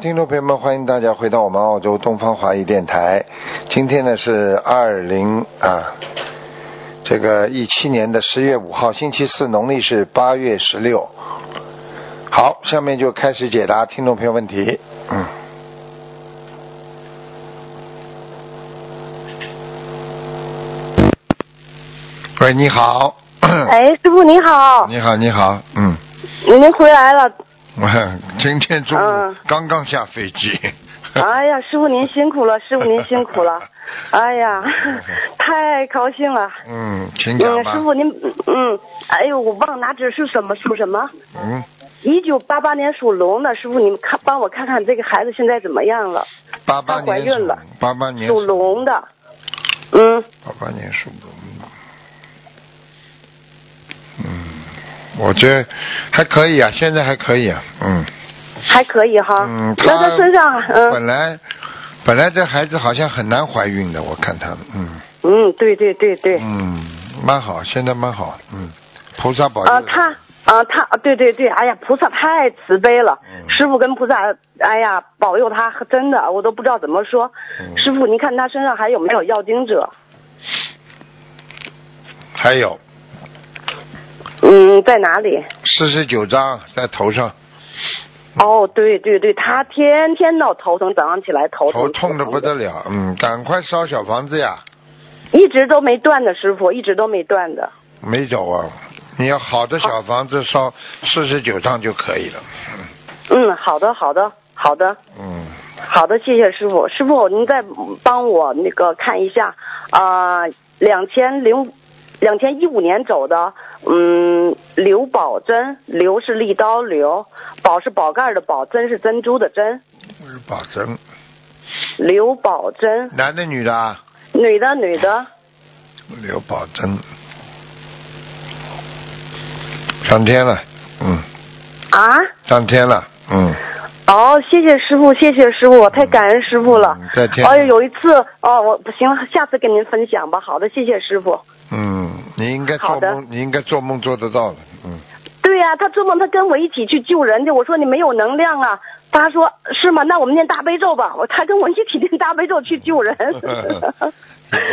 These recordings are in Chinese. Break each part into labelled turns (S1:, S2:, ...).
S1: 听众朋友们，欢迎大家回到我们澳洲东方华语电台。今天呢是二零啊，这个一七年的十月五号，星期四，农历是八月十六。好，下面就开始解答听众朋友问题。嗯。喂，你好。嗯
S2: 哎，师傅您好，
S1: 你好，你好，嗯，
S2: 您回来了。
S1: 今天中午
S2: 嗯
S1: 刚刚下飞机。
S2: 哎呀，师傅您辛苦了，师傅您辛 苦了。哎呀，太高兴了。
S1: 嗯，请讲
S2: 嗯，
S1: 吧。
S2: 师傅您，嗯，哎呦，我忘拿纸是什么属什么？
S1: 嗯，
S2: 一九八八年属龙的，师傅你们看帮我看看这个孩子现在怎么样了？
S1: 八八
S2: 她怀
S1: 年
S2: 孕
S1: 属
S2: 了，
S1: 八八年
S2: 属龙的，嗯，
S1: 八八年属龙的。嗯，我觉得还可以啊，现在还可以啊，嗯
S2: 还可以哈。
S1: 嗯，
S2: 那他身上，嗯
S1: 本来本来这孩子好像很难怀孕的，我看他，嗯
S2: 嗯，对对对对，
S1: 嗯，蛮好，现在蛮好，嗯，菩萨保佑。
S2: 啊，他啊，他啊，对对对，哎呀，菩萨太慈悲了，
S1: 嗯
S2: 师傅跟菩萨，哎呀，保佑他，真的，我都不知道怎么说。
S1: 嗯
S2: 师傅，您看他身上还有没有要经者？
S1: 还有
S2: 嗯，在哪里？
S1: 四十九章在头上，
S2: 哦，对对对，他天天闹头疼，早上起来哦头疼，
S1: 头痛的不得了，嗯，赶快烧小房子呀，
S2: 一直都没断的，师傅一直都没断的。
S1: 没走啊，你要好的小房子烧四十九章就可以了，
S2: 嗯，好的，好的，好的，
S1: 嗯，
S2: 好的，谢谢师傅。师傅，您再帮我那个看一下，啊、0两千零两千一五年走的，嗯，刘宝珍，刘是利刀刘，宝是宝盖儿的宝，珍是珍珠的珍，
S1: 嗯保证，
S2: 刘宝珍，
S1: 男的女的啊？
S2: 女的女的，
S1: 刘宝珍，上天了，嗯，
S2: 啊，
S1: 上天了，嗯，
S2: 哦，谢谢师傅，谢谢师傅，我太感恩师傅了
S1: 嗯。再见
S2: 哎呦，有一次，哦，我不行了，下次跟您分享吧。好的，谢谢师傅。
S1: 嗯，你应该做
S2: 好的
S1: 梦，你应该做梦做得到的，嗯，
S2: 对呀、他做梦，他跟我一起去救人去。我说你没有能量啊，他说是吗？那我们念大悲咒吧。我他跟我一起念大悲咒去救人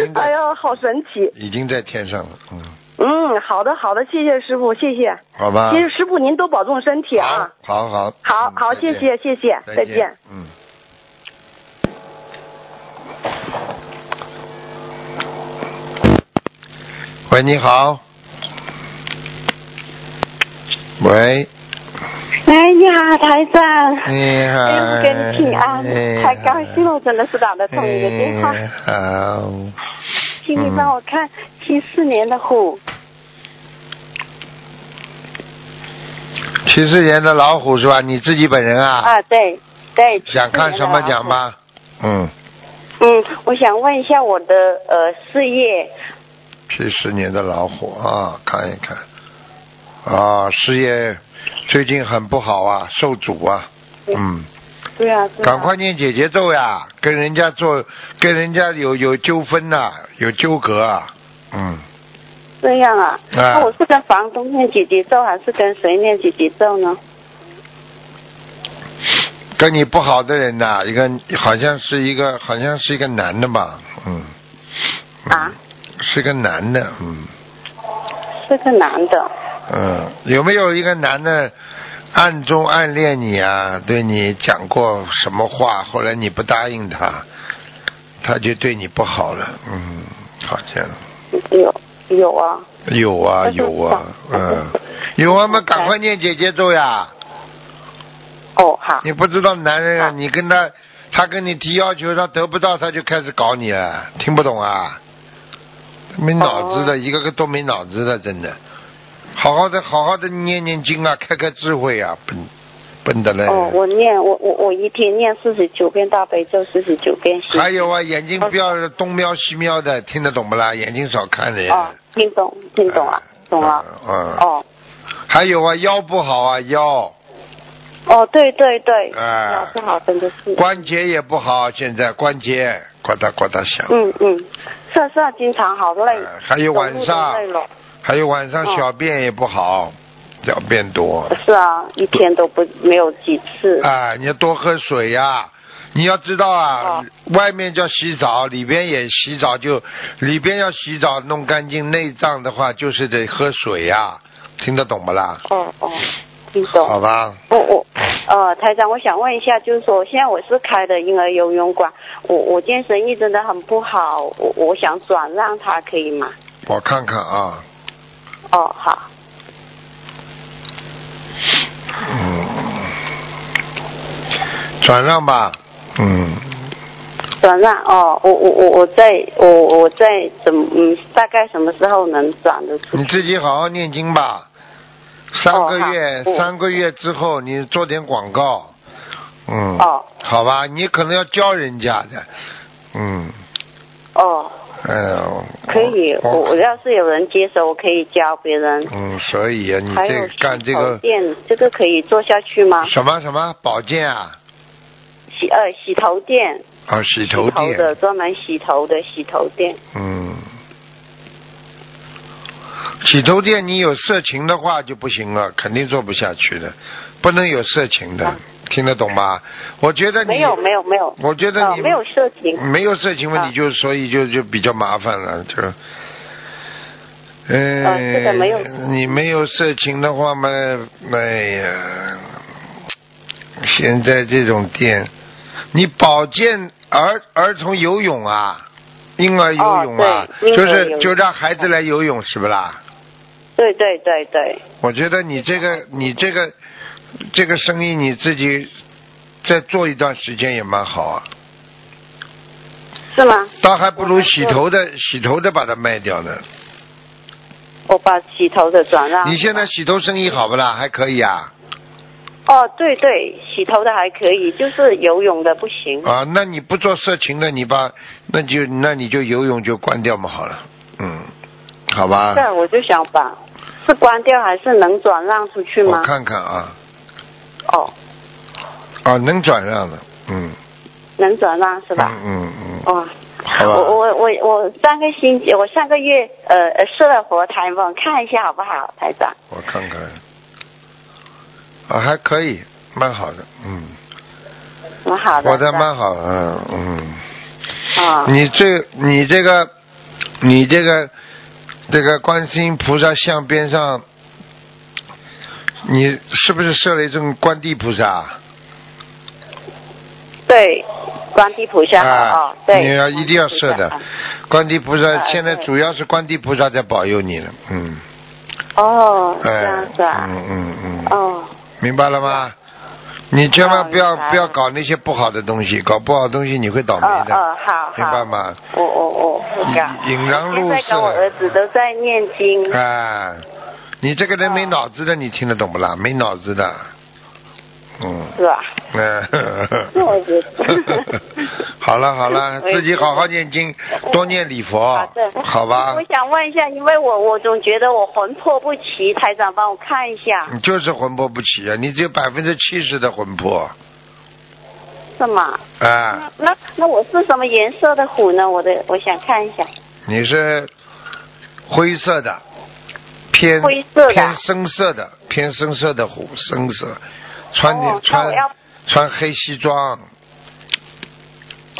S1: 应。该
S2: 哎呦，好神奇！
S1: 已经在天上了，嗯，
S2: 嗯，好的，好的，谢谢师傅，谢谢。
S1: 好吧，
S2: 谢谢师傅，您多保重身体啊。
S1: 啊好好好，
S2: 好
S1: 嗯
S2: 好，谢谢，，谢谢，
S1: 再见，
S2: 再
S1: 再
S2: 见。，
S1: 嗯。喂，你好。喂。
S3: 哎，你好，台长。
S1: 你好哎
S3: 哎，我给你请安
S1: 你，好
S3: 太高兴了，真的是打得通你的电话。
S1: 嗯好，嗯
S3: 请你帮我看七四年的虎，
S1: 七四年的老虎是吧？你自己本人啊？
S3: 啊，对对。
S1: 想看什么讲
S3: 吧。
S1: 吧？嗯，
S3: 嗯，我想问一下我的呃事业，
S1: 七四年的老虎啊，看一看。啊，事业最近很不好啊，受阻啊。嗯，
S3: 对啊，对啊
S1: 赶快念姐姐咒呀，跟人家做，跟人家有有纠纷呐、有纠葛啊。嗯，
S3: 这样啊。
S1: 啊
S3: 那我是跟房东念姐姐咒，还是跟谁念姐姐咒呢？
S1: 跟你不好的人呐、一个好像是一个好像是一个男的吧？嗯，
S3: 啊，
S1: 是个男的，嗯
S3: 是个男的。
S1: 嗯，有没有一个男的暗中暗恋你啊？对你讲过什么话？后来你不答应他，他就对你不好了。嗯，好像
S3: 有有啊，
S1: 有啊有啊，嗯，有啊嘛，赶快念姐姐咒呀！
S3: 哦好，
S1: 你不知道男人啊，
S3: 好
S1: 你跟他，他跟你提要求，他得不到，他就开始搞你了，听不懂啊？没脑子的，
S3: 哦
S1: 一个个都没脑子的，真的。好好的，好好的念念经啊，开开智慧啊，笨笨的嘞。
S3: 哦我念我我我一天念四十九遍大悲咒，四十九遍心经
S1: 还有啊，眼睛不要东瞄西瞄的，听得懂不啦？眼睛少看人。
S3: 哦，听懂听懂
S1: 哎
S3: 了，懂了。
S1: 嗯。嗯
S3: 哦
S1: 还有啊，腰不好啊，腰
S3: 哦，对对对，
S1: 哎
S3: 老师好，真的是。
S1: 关节也不好，现在关节呱嗒呱嗒响。
S3: 嗯嗯，是啊是啊，经常好累
S1: 哎。还有晚上
S3: 走路都累了。
S1: 还有晚上小便也不好，小便多
S3: 是啊，一天都不没有几次。
S1: 啊，你要多喝水呀、你要知道啊，
S3: 哦
S1: 外面叫洗澡，里边也洗澡就，里边要洗澡弄干净内脏的话，就是得喝水呀、听得懂不啦？
S3: 哦哦，听懂。
S1: 好吧，
S3: 我我呃，台长，我想问一下，就是说，现在我是开的婴儿游泳馆，我我今天生意真的很不好，我我想转让它，可以吗？
S1: 我看看啊，
S3: 哦，好，
S1: 转让吧，嗯，
S3: 转让哦，我我我我在我我在怎么嗯，大概什么时候能转得出
S1: 你
S3: 去？
S1: 自己好好念经吧。三个月，
S3: 好嗯
S1: 三个月之后你做点广告，嗯，
S3: 哦
S1: 好吧，你可能要教人家的，嗯，
S3: 哦，
S1: 呃，
S3: 可以，我我
S1: 我
S3: 要是有人接手，我可以教别人。
S1: 嗯，所以啊，你
S3: 还
S1: 这
S3: 有
S1: 个嗯干这
S3: 手
S1: 个
S3: 店，这个可以做下去吗？
S1: 什么什么保健啊，
S3: 洗呃洗头店，
S1: 啊，洗
S3: 洗
S1: 头店，
S3: 的专门洗头的洗头店。
S1: 嗯，洗头店你有色情的话就不行了，肯定做不下去的，不能有色情的，
S3: 啊
S1: 听得懂吗？我觉得你
S3: 没有没有没有，
S1: 我觉得
S3: 呃
S1: 你
S3: 没有色情。
S1: 没有色情问题
S3: 啊
S1: 就，所以就就比较麻烦了，就。嗯、
S3: 啊这个没有
S1: 你没有色情的话嘛，哎呀，现在这种店，你保健儿儿童游泳啊，婴儿游
S3: 哦
S1: 泳啊，
S3: 对婴
S1: 就
S3: 儿游
S1: 是
S3: 泳
S1: 就让孩子来游泳是不啦？
S3: 对对对对，
S1: 我觉得你这个你这个这个生意你自己再做一段时间也蛮好啊。
S3: 是吗？
S1: 倒还不如洗头的洗头的把它卖掉呢。
S3: 我把洗头的转让。
S1: 你现在洗头生意好不啦？还可以啊。
S3: 哦，对对，洗头的还可以，就是游泳的不行。
S1: 啊，那你不做色情的，你把那就那你就游泳就关掉嘛，好了。嗯，好吧。
S3: 对，我就想把是关掉还是能转让出去
S1: 我
S3: 吗？
S1: 看看啊，
S3: 哦，
S1: 啊，能转让的，嗯，
S3: 能转让是吧？
S1: 嗯嗯嗯，
S3: 哦，
S1: 好吧。
S3: 我我我我上个星期我上个月呃呃试了活台风，看一下好不好，台长？
S1: 我看看，啊，还可以，蛮好的，嗯，
S3: 蛮好的。
S1: 我的
S3: 是吧
S1: 蛮好的，嗯嗯。
S3: 啊，
S1: 你这你这个你这个这个观世音菩萨像边上，你是不是设了一尊观地菩萨啊？
S3: 对，观地菩萨
S1: 啊
S3: 哦，，对，
S1: 你要一定要设的
S3: 观地菩萨。
S1: 观地菩萨
S3: 啊
S1: 现在
S3: 对
S1: 主要是观地菩萨在保佑你了，嗯，
S3: 哦，这
S1: 哎
S3: 样，子啊，
S1: 嗯嗯嗯，
S3: 哦，
S1: 明白了吗？你千万不要
S3: 明白
S1: 不要搞那些不好的东西，搞不好的东西你会倒霉
S3: 哦
S1: 的，
S3: 哦，好，
S1: 明白
S3: 好，
S1: 吗？
S3: 我我我不敢。
S1: 引引狼入
S3: 现在
S1: 室
S3: 跟我儿子都在念经，啊
S1: 哎，你这个人没
S3: 哦
S1: 脑子的，你听得懂不啦？没脑子的，嗯，
S3: 是吧？
S1: 嗯，
S3: 那我觉得
S1: 好了好了，
S3: 我也
S1: 自己
S3: 觉得
S1: 好好念经，多念礼佛
S3: 好的，，
S1: 哦好吧
S3: 我？想问一下，因为我我总觉得我魂魄不齐，台长帮我看一下，
S1: 你就是魂魄不齐啊，你只有百分之七十的魂魄，
S3: 是吗？
S1: 啊
S3: 那，那那我是什么颜色的虎呢？我的我想看一下，
S1: 你是灰色的，偏
S3: 灰色的
S1: 偏深色的，偏深色的虎，深色，穿
S3: 哦那
S1: 穿
S3: 我要
S1: 穿黑西装，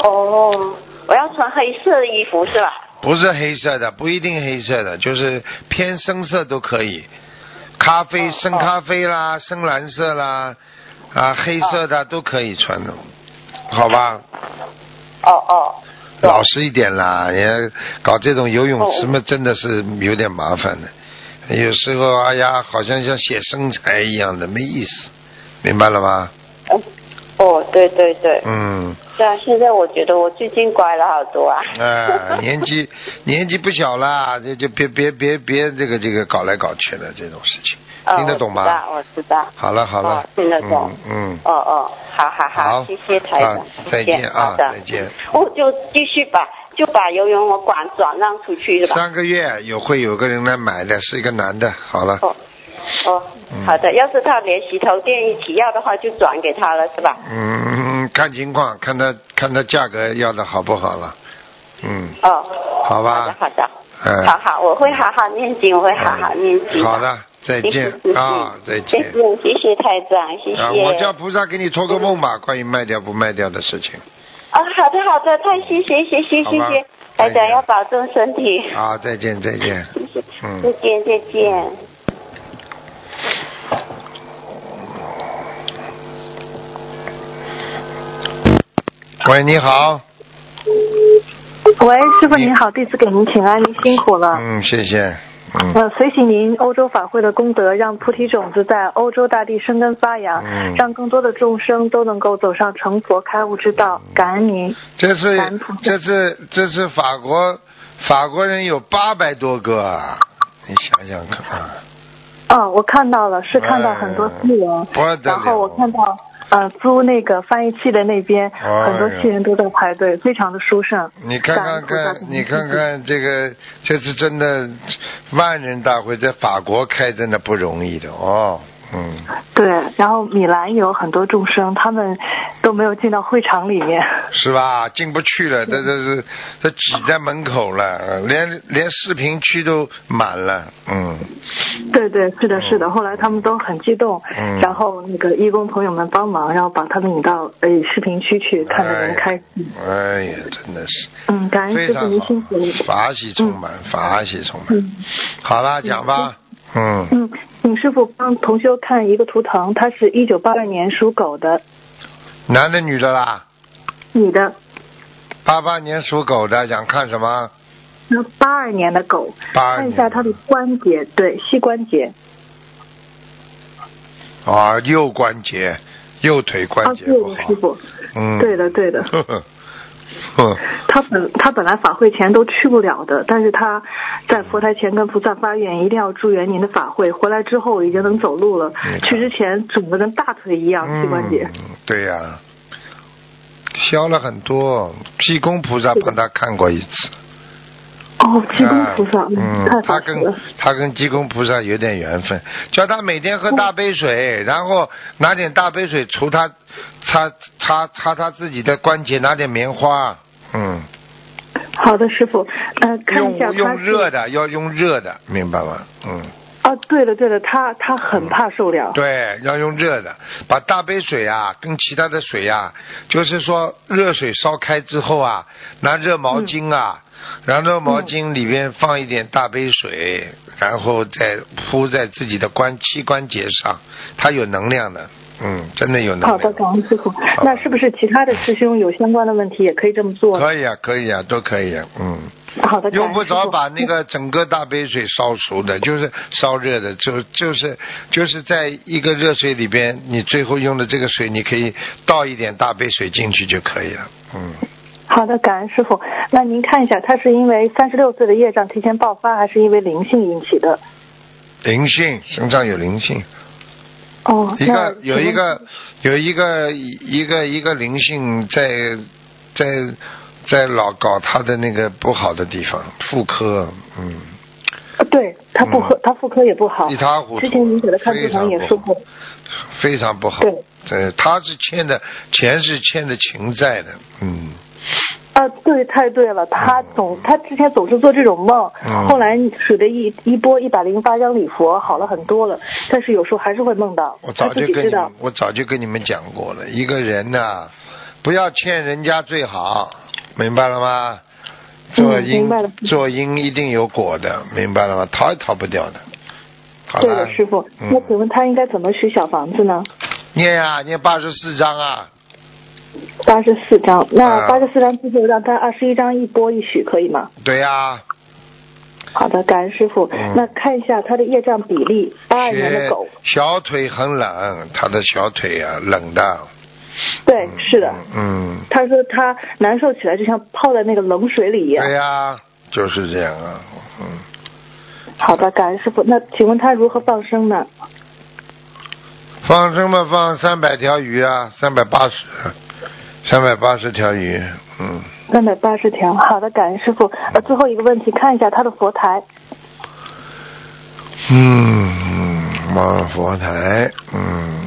S3: 哦，我要穿黑色的衣服是吧？
S1: 不是黑色的，不一定黑色的，就是偏深色都可以，咖啡、
S3: 哦
S1: 深咖啡啦、深蓝色啦，啊，黑色的、都可以穿的，好
S3: 啊
S1: 吧？
S3: 哦哦，对
S1: 老实一点啦，人家搞这种游泳池嘛，
S3: 哦
S1: 真的是有点麻烦的，有时候哎呀，好像像写生财一样的，没意思，明白了吗？
S3: 嗯哦，对对对，
S1: 嗯，
S3: 是啊，现在我觉得我最近乖了好多啊。
S1: 啊，年纪年纪不小啦，这就别别别别这个这个搞来搞去的这种事情，
S3: 哦
S1: 听得懂吗？
S3: 我知道，
S1: 好了好了
S3: 哦，听得懂
S1: 嗯
S3: 我知道。哦哦，好好
S1: 好
S3: 谢谢台长
S1: 啊，
S3: 谢
S1: 再
S3: 谢
S1: 见啊
S3: 好的，
S1: 再见
S3: 我就继续把就把游泳我馆转让出去
S1: 嗯，
S3: 是吧？
S1: 三个月有会有个人来买的，是一个男的。好了，
S3: 哦哦
S1: 嗯，
S3: 好的，要是他连洗头店一起要的话，就转给
S1: 嗯
S3: 他了是吧？
S1: 嗯，看情况，看他看他价格要的好不好了。嗯，
S3: 哦，
S1: 好吧
S3: 好的好的，
S1: 嗯
S3: 好好，我会好好念经，我会好好念经。
S1: 哎好的，再见
S3: 谢谢
S1: 啊，再
S3: 谢
S1: 见。
S3: 谢谢谢台长，谢谢。
S1: 啊，我叫菩萨给你托个梦吧，关于卖掉不卖掉的事情。
S3: 啊，好的好的，太谢谢谢谢
S1: 好
S3: 谢
S1: 吧
S3: 谢，
S1: 再见
S3: 台长要保重身体。
S1: 啊，再见，再见。嗯
S3: 再见再见。
S1: 喂，你好。
S4: 喂，师傅
S1: 你
S4: 您好，弟子给您请安，您辛苦了。
S1: 嗯，谢谢。嗯，
S4: 呃，随喜您欧洲法会的功德，让菩提种子在欧洲大地生根发芽，
S1: 嗯
S4: 让更多的众生都能够走上成佛开悟之道。
S1: 嗯
S4: 感恩您。
S1: 这次
S4: 南普
S1: 这次这次法国法国人有八百多个啊，你想想看啊，
S4: 哦，我看到了，是看到很多
S1: 哎
S4: 新闻，
S1: 不得了
S4: 然后我看到呃租那个翻译器的那边，
S1: 哦哎
S4: 很多新人都在排队，非常的殊胜。
S1: 你看看
S4: 感恩菩萨
S1: 看，你看。看这个，这次真的万人大会在法国开，真的不容易的哦。嗯，
S4: 对，然后米兰有很多众生，他们都没有进到会场里面。
S1: 是吧？进不去了，这这是这挤在门口了，呃连连视频区都满了。嗯，
S4: 对对，是的，
S1: 嗯
S4: 是的。后来他们都很激动，
S1: 嗯
S4: 然后那个义工朋友们帮忙，然后把他们引到呃视频区去看着人开。心。
S1: 哎哎呀，真的是。
S4: 嗯，感恩
S1: 非
S4: 师傅
S1: 常
S4: 您
S1: 好
S4: 辛苦。，
S1: 法喜充满，法喜充满
S4: 嗯。
S1: 好啦，讲吧。嗯，
S4: 嗯，请师傅帮同修看一个图腾，他是一九八二年属狗的
S1: 男的女的啦？
S4: 女的，
S1: 八八年属狗的，想看什么？
S4: 那八二年的狗，
S1: 82
S4: 看一下他的关节，对，膝关节。
S1: 啊，右关节，右腿
S4: 啊，
S1: 关节
S4: 对
S1: 不
S4: 的，
S1: 好
S4: 师。傅，
S1: 嗯，
S4: 对的，对的。
S1: 呵呵。嗯，
S4: 他本他本来法会前都去不了的，但是他在佛台前跟菩萨发愿，一定要祝愿您的法会。回来之后已经能走路了
S1: 你看，
S4: 去之前肿得跟大腿一样，膝关节。
S1: 嗯对呀、消了很多，济公菩萨帮他看过一次。
S4: 哦，济公菩萨，
S1: 啊嗯，
S4: 太
S1: 他
S4: 法
S1: 跟
S4: 了。
S1: 他跟济公菩萨有点缘分，叫他每天喝大杯水，然后拿点大杯水除他擦擦擦他自己的关节，拿点棉花，嗯，
S4: 好的，师傅，呃，看一下
S1: 用
S4: 他
S1: 用
S4: 是
S1: 热的，要用热的，明白吗？嗯，
S4: 啊，对的对的，他他很怕受凉。
S1: 对，要用热的，把大杯水啊跟其他的水啊，就是说热水烧开之后啊，拿热毛巾啊，
S4: 嗯
S1: 然后毛巾里面放一点大杯水，然后再敷在自己的关膝关节上，它有能量的，嗯，真的有能量。
S4: 好的，感恩师傅
S1: 好。
S4: 那是不是其他的师兄有相关的问题也可以这么做？
S1: 可以啊，可以啊，都可以、啊，嗯，
S4: 好的，感恩
S1: 用不
S4: 师
S1: 着
S4: 傅
S1: 把那个整个大杯水烧熟的，就是烧热的，就就是就是在一个热水里边，你最后用的这个水，你可以倒一点大杯水进去就可以了，嗯，
S4: 好的，感恩师傅。那您看一下，他是因为三十六岁的业障提前爆发，还是因为灵性引起的？
S1: 灵性身上有灵性，
S4: 哦，
S1: 一
S4: 那
S1: 个有一个有一个一个一个灵性在在在老搞他的那个不好的地方，妇科，嗯，
S4: 呃对他不喝，他妇科也不好
S1: 一。塌糊涂，
S4: 之前您给他看
S1: 非
S4: 图
S1: 常
S4: 腾
S1: 不
S4: 也
S1: 好
S4: 说过，
S1: 非常不好。
S4: 对
S1: 对，他是欠的钱是欠的情债的，嗯，
S4: 啊，对，太对了，他总他之前总是做这种梦，
S1: 嗯
S4: 后来许的一一波一百零八张礼佛好了很多了，但是有时候还是会梦到
S1: 我，
S4: 他
S1: 早
S4: 自
S1: 就
S4: 己
S1: 跟
S4: 知
S1: 你
S4: 道
S1: 们，我早就跟你们讲过了，一个人呐、不要欠人家最好，明白了吗？做
S4: 嗯
S1: 因、
S4: 明白了
S1: 做因一定有果的，明白了吗？逃也逃不掉的。好
S4: 对
S1: 了
S4: 的，，师傅。那请
S1: 嗯，
S4: 问他应该怎么许小房子呢？
S1: 念呀、念八十四章啊，
S4: 八十四张，
S1: 啊
S4: 那八十四张之后让他二十一张一波一许可以吗？
S1: 对啊呀、
S4: 好的，感恩师傅。
S1: 嗯
S4: 那看一下他的业障比例，八二年的哎狗，
S1: 小腿很冷，他的小腿啊冷的。
S4: 对，哎是的。
S1: 嗯。嗯
S4: 他说他难受起来就像泡在那个冷水里一样
S1: 对。呀、就是这样啊，嗯，
S4: 好的，感恩师傅。那请问他如何放生呢？
S1: 放生嘛，放三百条鱼啊，三百八十，三百八十条鱼，嗯，
S4: 三百八十条。好的，感恩师傅。呃，最后一个问题，看一下他的佛台。
S1: 嗯，望佛台，嗯，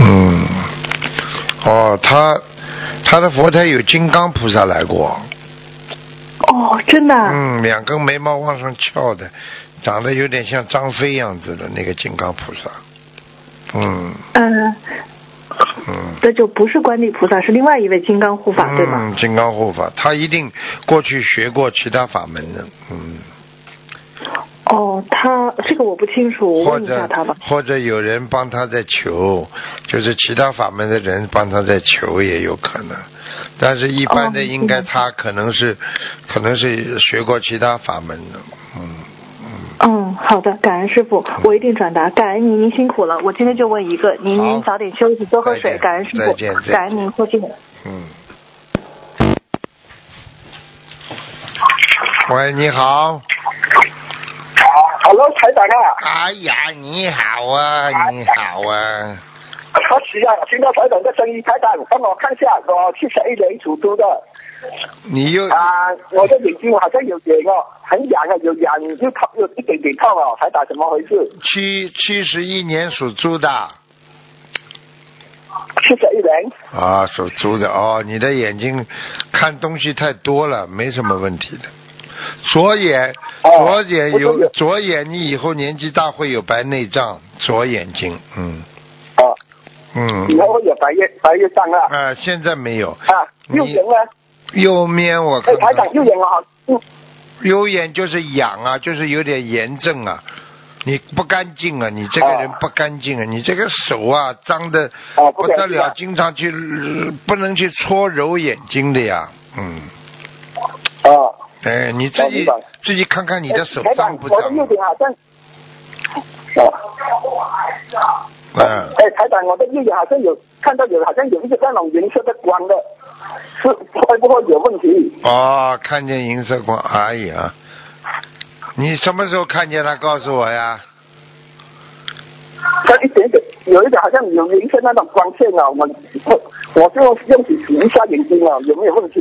S1: 嗯哦，他他的佛台有金刚菩萨来过，
S4: 哦，真的啊，
S1: 嗯，两根眉毛往上翘的，长得有点像张飞样子的那个金刚菩萨，嗯
S4: 嗯，
S1: 嗯。
S4: 这就不是观地菩萨，是另外一位金刚护法，对吧？
S1: 嗯，金刚护法，他一定过去学过其他法门的，嗯，
S4: 哦，他这个我不清楚，我
S1: 或
S4: 问一下
S1: 者
S4: 他吧。
S1: 或者有人帮他在求，就是其他法门的人帮他在求也有可能，但是一般的
S4: 哦
S1: 应该
S4: 嗯
S1: 他可能是、可能是学过其他法门的，嗯
S4: 嗯，好的，感恩师傅，我一定转达。感恩您，您辛苦了。我今天就问一个，您
S1: 好
S4: 您早点休息，多喝
S1: 再
S4: 水。
S1: 见
S4: 感恩师
S1: 再见再
S4: 傅，
S1: 见
S4: 感恩您，再见。
S1: 嗯。喂，你好。
S5: Hello，台长啊，
S1: 哎呀，你好啊，你好啊。
S5: 好喜啊，听到台长的声音，台长帮我看一下，我是谁人主读的
S1: 你又
S5: 啊？我的眼睛好像有点哦，很痒啊，有痒，又痛，有一点点痛哦，台长怎么回事？
S1: 七七十一年属猪的
S5: 是谁人？
S1: 啊，属猪的哦，你的眼睛看东西太多了，没什么问题的。左眼，
S5: 哦
S1: 左眼
S5: 我都
S1: 有
S5: 有
S1: 左眼，你以后年纪大会有白内障，左眼睛，嗯
S5: 哦，以
S1: 嗯，
S5: 后有白月白月上啊
S1: 啊，现在没有，
S5: 啊，右眼呢？
S1: 右面我
S5: 哎
S1: 看，
S5: 台长
S1: 看，
S5: 右眼啊，嗯，
S1: 右眼就是痒啊，就是有点炎症啊。你不干净啊！你这个人
S5: 哦
S1: 不干净啊！你这个手啊，脏的
S5: 哦不
S1: 不得
S5: 干净
S1: 了
S5: 啊，
S1: 经常去呃不能去搓揉眼睛的呀，嗯。
S5: 哦，
S1: 哎，你自
S5: 我
S1: 己
S5: 明白了
S1: 自己看看你的手
S5: 哎台长
S1: 脏，不
S5: 我的
S1: 脏？啊
S5: 右眼好像。哦，
S1: 嗯，
S5: 哎，台长，我的右眼好像有看到有，好像有一个那种颜色的光的，是会不会有问题？
S1: 哦，看见银色光，哎呀，你什么时候看见他？告诉我呀。
S5: 它一点点有一点好像有颜色那种光线啊，我我我就用起洗一下眼睛啊，有没有问题？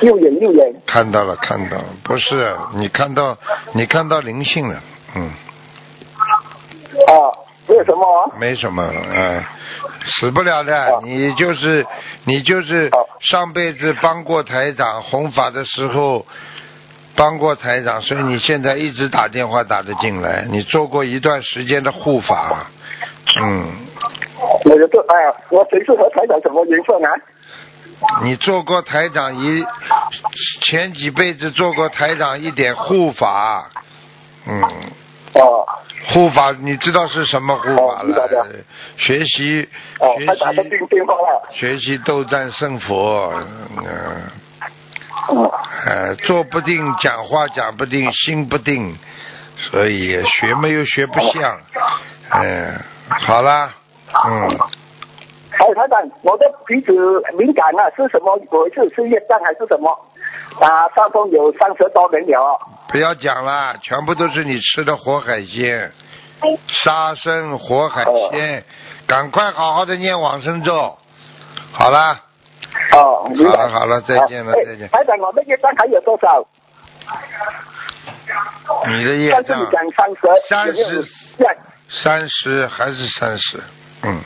S5: 右眼右眼
S1: 看到了，看到了，不是你看到你看到灵性了，嗯，
S5: 啊，没有什么啊，
S1: 没什么，哎，死不了的
S5: 哦，
S1: 你就是你就是
S5: 哦
S1: 上辈子帮过台长弘法的时候。帮过台长，所以你现在一直打电话打得进来，你做过一段时间的护法，嗯，
S5: 我的这哎呀，我谁是和台长什么缘分啊？
S1: 你做过台长一前几辈子做过台长一点护法，嗯，
S5: 哦、
S1: 护法你知道是什么护法
S5: 哦明白
S1: 了
S5: 了？
S1: 学习
S5: 哦，
S1: 学
S5: 台长都
S1: 习
S5: 变变化了。
S1: 学习斗战胜佛，嗯、
S5: 嗯
S1: 呃，坐不定，讲话讲不定，心不定，所以学没有学不像，嗯、好啦，嗯，
S5: 还哎有台长，我的鼻子敏感啊，是什么回事？是业障还是什么？啊，上风有三十多年了。啊
S1: 不要讲啦，全部都是你吃的活海鲜，杀生活海鲜，赶快好好的念往生咒。好啦，
S5: 哦，明白
S1: 好了好了再见了
S5: 哎
S1: 再见
S5: 台长，我的业障还有多少？
S1: 你的业
S5: 上次
S1: 障
S5: 你讲三十，
S1: 三
S5: 有没有
S1: 十
S5: 业
S1: 三十还是三十，嗯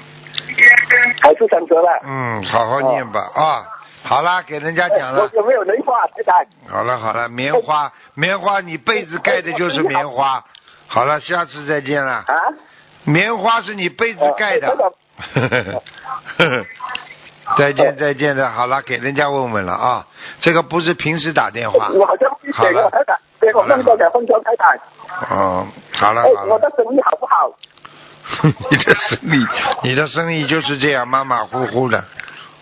S5: 还是三十了？
S1: 嗯，好好念吧啊。好啦，给人家讲
S5: 哎我
S1: 了。
S5: 有没有人话台长？
S1: 好了好了，棉花棉花，你被子盖的就是棉花。好了，下次再见了。
S5: 啊？哎
S1: 棉花是你被子盖的。 再见再见的，好了，给人家问问了啊，这个不是平时打电话，
S5: 我好像不给了台长，给我弄到两分钟台长。
S1: 嗯，好了
S5: 哎
S1: 好，了，
S5: 我的生意好不好？
S1: 你的生意，你的生意就是这样马马虎虎的，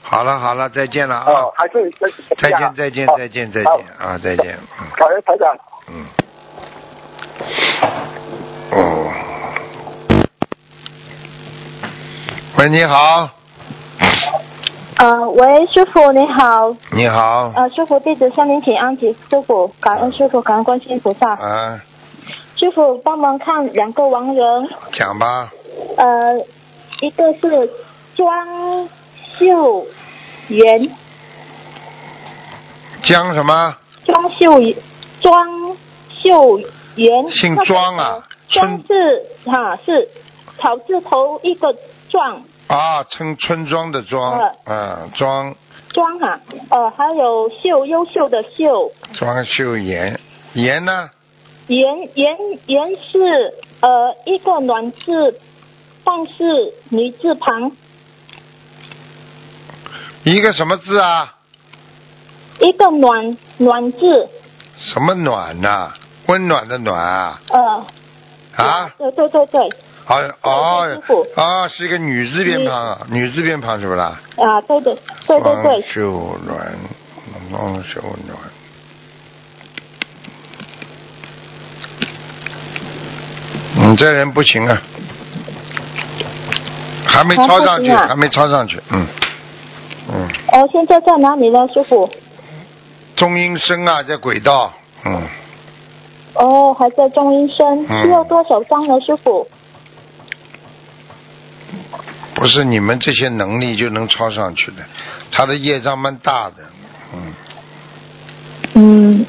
S1: 好了好了，再见了啊
S5: 哦，，还是啊
S1: 再见再见再见再见啊，再见，嗯。
S5: 感恩台长。
S1: 嗯，哦，喂，你好，
S6: 呃，喂，师傅你好，
S1: 你好，
S6: 呃，师傅弟子向您请安，请师傅感恩师傅，感恩观世音菩萨，
S1: 啊，
S6: 师傅帮忙看两个亡人，
S1: 讲吧，
S6: 呃，一个是庄秀媛，
S1: 江什么？
S6: 庄秀媛庄秀媛，
S1: 姓庄啊
S6: 那个庄
S1: 村
S6: 是哈、是草字头一个壮，
S1: 啊，村村庄的庄，啊，庄
S6: 庄哈、呃，还有秀优秀的秀，
S1: 庄秀妍，妍呢？
S6: 言言言是呃一个暖字，但是女字旁，
S1: 一个什么字啊？
S6: 一个暖暖字，
S1: 什么暖呐、温暖的暖啊？
S6: 呃
S1: 啊？
S6: 对对对对，
S1: 好哦
S6: 师傅
S1: 哦，是一个女字边旁啊，女字边旁是不啦？
S6: 啊、对对对对
S1: 汪
S6: 对，
S1: 秀鸾，汪秀鸾。你这人不行啊，还没抄上去，
S6: 还不行啊
S1: 还没抄上去，嗯，嗯，
S6: 呃，现在在哪里呢，师傅？
S1: 中阴身啊，在轨道，嗯，
S6: 哦，还在中医生，
S1: 嗯
S6: 需要多少张呢，师傅？
S1: 不是你们这些能力就能抄上去的，他的业障蛮大的，嗯，
S6: 嗯，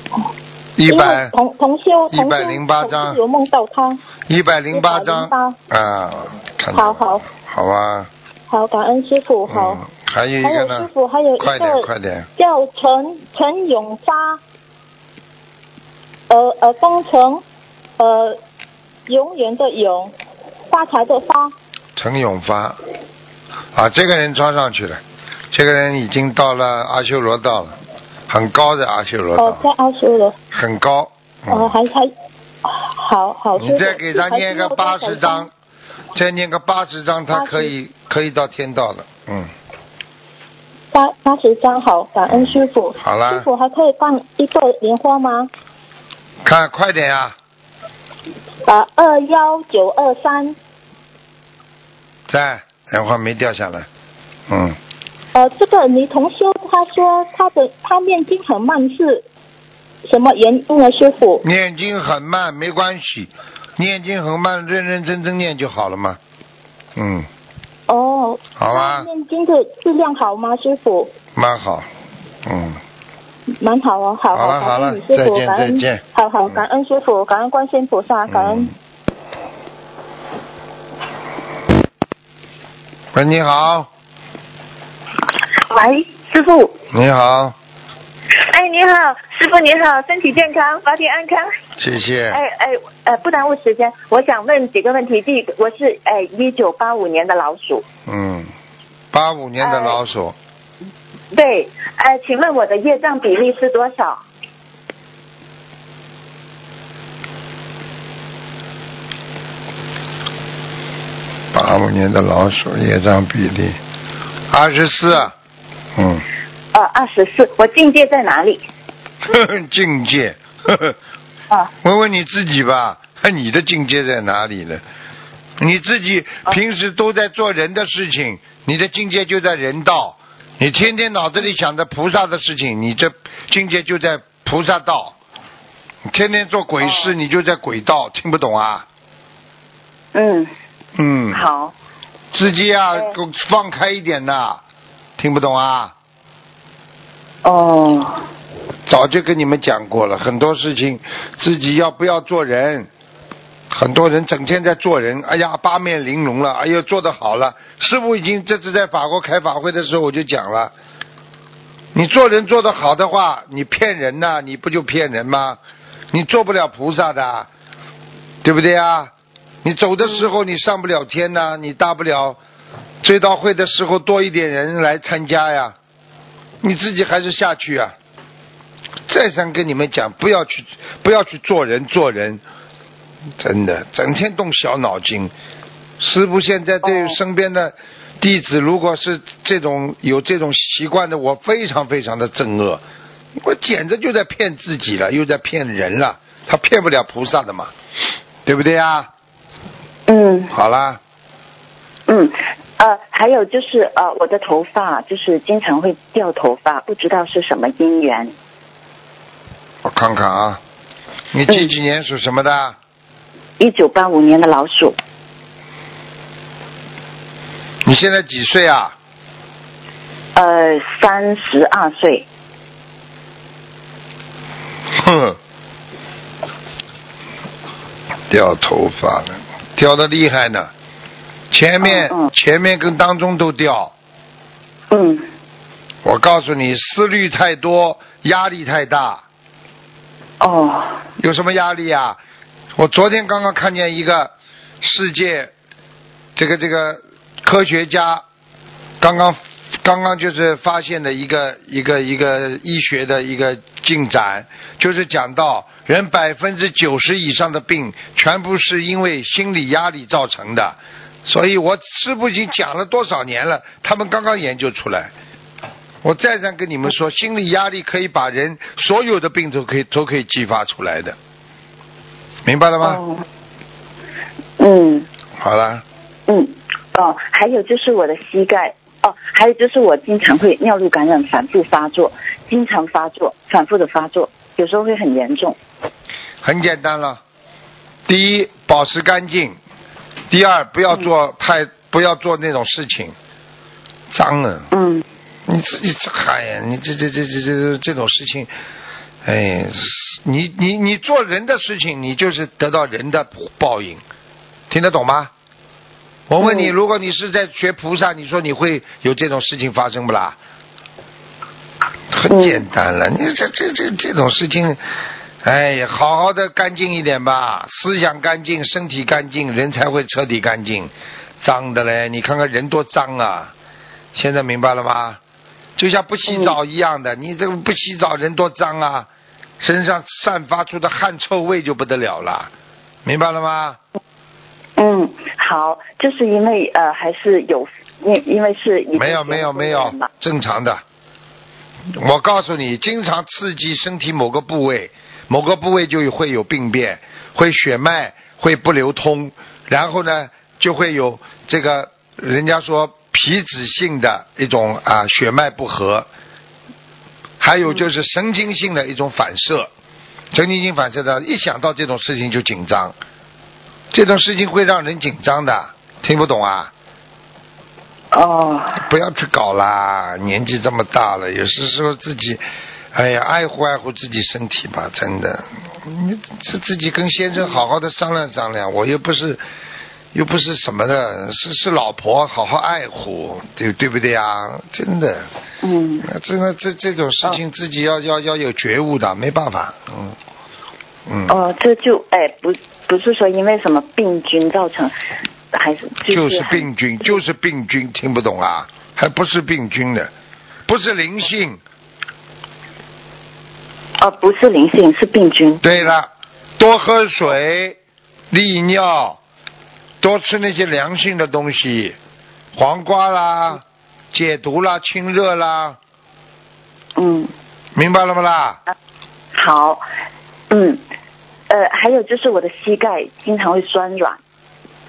S1: 一
S6: 因为
S1: 百
S6: 同同修同修
S1: 108张
S6: 同事有梦到他，
S1: 一百零八张
S6: 108
S1: 啊，看
S6: 好
S1: 到了
S6: 好
S1: 好吧，
S6: 好，感恩师傅，好。
S1: 嗯，还有一
S6: 还
S1: 个
S6: 有
S1: 呢
S6: 师，傅，还有一
S1: 快点
S6: 个
S1: 快点，
S6: 叫陈陈永发，呃呃，工程，呃，永远的永，发财的发，
S1: 陈永发，啊，这个人装上去了，这个人已经到了阿修罗道了，很高的阿修罗
S6: 哦，在
S1: 道，
S6: 二十了，
S1: 很高。
S6: 哦，
S1: 嗯，
S6: 还还，好好，
S1: 你再给他念个八十张，，再念个八十张，他
S6: 80
S1: 可以可以到天道了。嗯，
S6: 八八十张好，感恩师傅。
S1: 好啦
S6: 师傅还可以放一个莲花吗？
S1: 看快点啊呀，
S6: 呃，二幺九二三，
S1: 在莲花没掉下来。嗯，
S6: 呃，这个女同修她说她的她念经很慢，是什么原因呢，师傅？
S1: 念经很慢没关系，念经很慢，认认真真念就好了嘛。嗯，
S6: 哦，
S1: 好吧
S6: 那念经的质量好吗，师傅？
S1: 蛮好。嗯。
S6: 蛮好哦，好
S1: 好了好
S6: 感
S1: 了
S6: 恩你师
S1: 再
S6: 傅，
S1: 见
S6: 感恩
S1: 再见
S6: 好好感恩师傅，感恩观世音菩萨，感恩。
S1: 嗯喂，你好，
S7: 喂，师傅。
S1: 你好，
S7: 哎，你好，师傅你好，身体健康，法体安康。
S1: 谢谢。
S7: 哎哎呃，不耽误时间，我想问几个问题。第一个，我是哎一九八五年的老鼠，
S1: 嗯，八五年的老鼠，
S7: 对，哎，请问我的业障比例是多少？哎
S1: 八五年的老鼠业障比例二十四，嗯，
S7: 呃，二十四。我境界在哪里？
S1: 呵呵 境界，呵呵，
S7: 啊，
S1: 问问你自己吧， 看你的境界在哪里呢？你自己平时都在做人的事情，你的境界就在人道。你天天脑子里想着菩萨的事情，你这境界就在菩萨道。你天天做鬼事，你就在鬼道，听不懂啊？
S7: 嗯，
S1: 嗯，
S7: 好，
S1: 自己啊
S7: 对，
S1: 给我放开一点呐，听不懂啊？
S7: 哦，
S1: 早就跟你们讲过了，很多事情自己要不要做人？很多人整天在做人，哎呀，八面玲珑了，哎呦，做得好了。师傅已经这次在法国开法会的时候我就讲了，你做人做得好的话，你骗人呐、你不就骗人吗？你做不了菩萨的，对不对啊？你走的时候你上不了天呐、你大不了追悼会的时候多一点人来参加呀，你自己还是下去啊。再三跟你们讲，不要去，不要去做人，做人，真的，整天动小脑筋。师傅现在对身边的弟子，如果是这种有这种习惯的，我非常非常的憎恶，我简直就在骗自己了，又在骗人了，他骗不了菩萨的嘛，对不对啊？
S7: 嗯
S1: 好啦，
S7: 嗯，呃，还有就是呃，我的头发就是经常会掉头发，不知道是什么因缘。
S1: 我看看啊，你几几年属什么的？
S7: 一九八五年的老鼠，
S1: 你现在几岁啊？
S7: 呃，三十二岁。
S1: 哼，掉头发了，掉的厉害呢。前面、
S7: 嗯嗯
S1: 前面跟当中都掉。
S7: 嗯
S1: 我告诉你，思虑太多，压力太大。
S7: 哦
S1: 有什么压力啊？我昨天刚刚看见一个世界，这个这个科学家刚刚刚刚就是发现的一个一个一个医学的一个进展，就是讲到人百分之九十以上的病全部是因为心理压力造成的，所以我师傅已经讲了多少年了，他们刚刚研究出来。我再三跟你们说，心理压力可以把人所有的病都可以都可以激发出来的，明白了吗？
S7: 哦，嗯。
S1: 好了，
S7: 嗯，哦，还有就是我的膝盖，哦，还有就是我经常会尿路感染反复发作，经常发作，反复的发作，有时候会很严重。
S1: 很简单了。第一，保持干净；第二，不要做太、不要做那种事情，脏啊！
S7: 嗯，
S1: 你自己这哎呀，你这这这这这这种事情，哎，你你你做人的事情，你就是得到人的报应，听得懂吗？我问你，
S7: 嗯
S1: 如果你是在学菩萨，你说你会有这种事情发生不啦？很
S7: 嗯
S1: 简单了，你这这这这种事情，哎呀，好好的干净一点吧，思想干净，身体干净，人才会彻底干净。脏的嘞，你看看人多脏啊！现在明白了吗？就像不洗澡一样的，你这个不洗澡人多脏啊，身上散发出的汗臭味就不得了了，明白了吗？
S7: 嗯，好，就是因为呃，还是有，因因为是已经
S1: 没有没有没有
S7: 结婚了嘛，
S1: 正常的。我告诉你，经常刺激身体某个部位，某个部位就会有病变，会血脉会不流通，然后呢就会有这个人家说皮脂性的一种啊血脉不和，还有就是神经性的一种反射，神经性反射的，一想到这种事情就紧张，这种事情会让人紧张的，听不懂啊？
S7: 哦，
S1: 不要去搞啦，年纪这么大了，有时时候自己，哎呀，爱护爱护自己身体吧，真的。你自自己跟先生好好的商量商量，我又不是，又不是什么的，是是老婆，好好爱护，对对不对啊？真的，
S7: 嗯
S1: 那真的这这种事情自己要、要要有觉悟的，没办法，嗯嗯，
S7: 哦，这就哎不不是说因为什么病菌造成，还是
S1: 就是是
S7: 很
S1: 病菌，就是病菌，听不懂啊？还不是病菌的，不是灵性。
S7: 哦，不是灵性是病菌。
S1: 对了，多喝水、利尿，多吃那些凉性的东西，黄瓜啦、解毒啦、清热啦，
S7: 嗯。
S1: 明白了不啦？
S7: 好，嗯，呃，还有就是我的膝盖经常会酸软，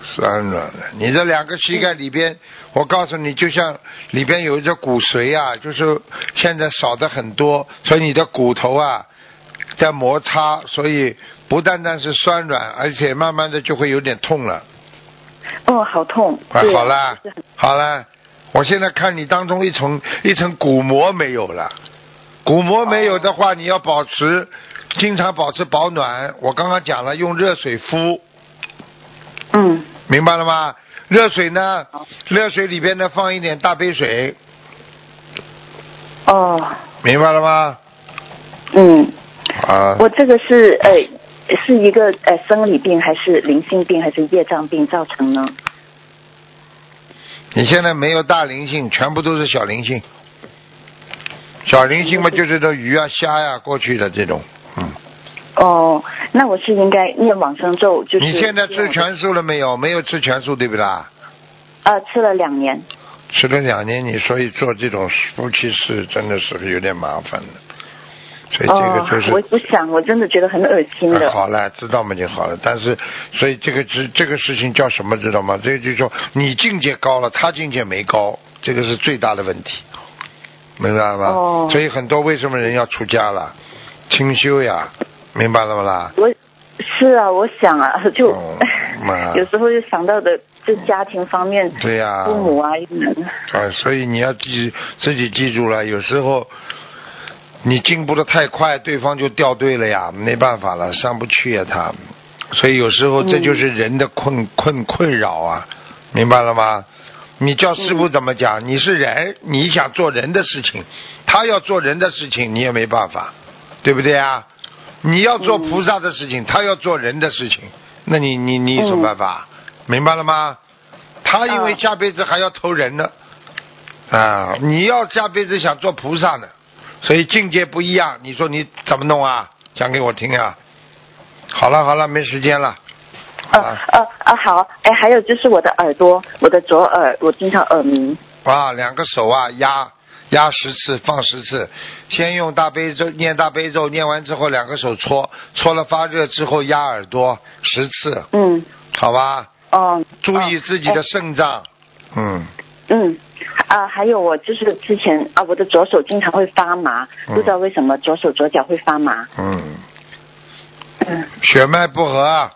S1: 酸软了，啊你这两个膝盖里边，我告诉你，就像里边有一只骨髓啊，就是现在少的很多，所以你的骨头啊在摩擦，所以不单单是酸软，而且慢慢的就会有点痛了。
S7: 哦，好痛。
S1: 啊，
S7: 对
S1: 好啦
S7: 就是很，
S1: 好啦，我现在看你当中一层一层骨膜没有了，骨膜没有的话，你要保持，经常保持保暖。我刚刚讲了，用热水敷，
S7: 嗯，
S1: 明白了吗？热水呢，热水里边呢放一点大杯水，
S7: 哦，
S1: 明白了吗？
S7: 嗯，
S1: 啊，
S7: 我这个是呃是一个呃生理病还是灵性病还是业障病造成呢？
S1: 你现在没有大灵性，全部都是小灵性。小灵性嘛，就是这鱼啊、虾呀、过去的这种，嗯。
S7: 哦，那我是应该念往生咒，就是
S1: 你现在吃
S7: 念我的
S1: 全素了没有？没有吃全素，对不啦？
S7: 呃吃了两年，
S1: 吃了两年，你所以做这种夫妻事真的是有点麻烦的，所哎以这个就是、
S7: 哦，我不想，我真的觉得很恶心
S1: 哎
S7: 的。
S1: 好了，知道嘛就好了。但是，所以这个这这个事情叫什么？知道吗？这个就是说你境界高了，他境界没高，这个是最大的问题，明白吗？
S7: 哦
S1: 所以很多为什么人要出家了，清修呀，明白了不啦？
S7: 我是啊，我想啊，就、
S1: 哦妈
S7: 有时候就想到的，就家庭方面，
S1: 对呀、
S7: 父母啊，一人
S1: 啊，所以你要记自己记住了，有时候你进步的太快，对方就掉队了呀，没办法了，上不去呀、他。所以有时候这就是人的困、困困扰啊，明白了吗？你叫师傅怎么讲？你是人，你想做人的事情，他要做人的事情，你也没办法，对不对啊？你要做菩萨的事情，他要做人的事情，那你你你有什么办法？明白了吗？他因为下辈子还要投人呢，啊，你要下辈子想做菩萨呢，所以境界不一样。你说你怎么弄啊？讲给我听啊！好了好了，没时间了。好啊
S7: 呃
S1: 了
S7: 呃呃，好，哎，还有就是我的耳朵，我的左耳，我经常耳鸣。
S1: 啊，两个手啊压压十次，放十次，先用大悲咒念大悲咒，念完之后两个手搓，搓了发热之后压耳朵十次，
S7: 嗯，
S1: 好吧？
S7: 哦，
S1: 注意自己
S7: 哦
S1: 的肾脏，嗯，
S7: 嗯，啊，还有我就是之前啊，我的左手经常会发麻，
S1: 嗯
S7: 不知道为什么左手左脚会发麻。
S1: 嗯，
S7: 嗯，
S1: 血脉不和，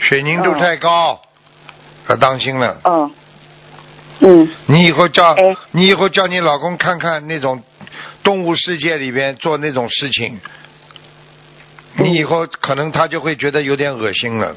S1: 血凝度
S7: 哦
S1: 太高，要当心了。
S7: 哦，嗯，
S1: 你以后叫
S7: 哎
S1: 你以后叫你老公看看那种动物世界里边做那种事情，你以后可能他就会觉得有点恶心了。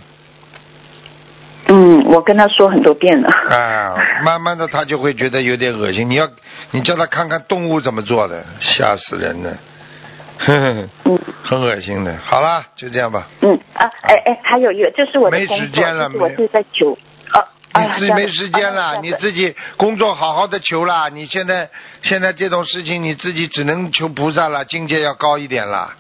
S7: 嗯，我跟他说很多遍了。
S1: 啊，慢慢的他就会觉得有点恶心。你要你叫他看看动物怎么做的，吓死人了， 呵呵
S7: 嗯
S1: 很恶心的。好啦，就这样吧，
S7: 嗯啊，哎哎，还有一个就是我的
S1: 没
S7: 工
S1: 时
S7: 作，
S1: 间了
S7: 就是我
S1: 没
S7: 是在求，啊，哎
S1: 你
S7: 呀
S1: 自己
S7: 这样
S1: 没
S7: 子
S1: 时间
S7: 啊
S1: 了，
S7: 这样
S1: 你
S7: 子
S1: 自己工作好好的求啦。你现在现在这种事情，你自己只能求菩萨了，境界要高一点啦。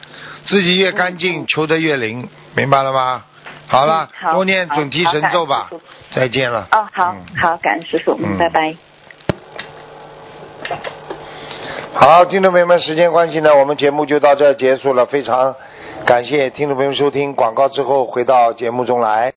S1: 自己越干净，求得越灵，明白了吗？好了，
S7: 嗯好
S1: 多念准提神咒吧
S7: 好感恩师。
S1: 再见了。
S7: 哦，好
S1: 嗯
S7: 好，感恩师傅，
S1: 嗯
S7: 嗯，拜拜。
S1: 好，听众朋友们，时间关系呢，我们节目就到这儿结束了。非常感谢听众朋友们收听广告之后回到节目中来。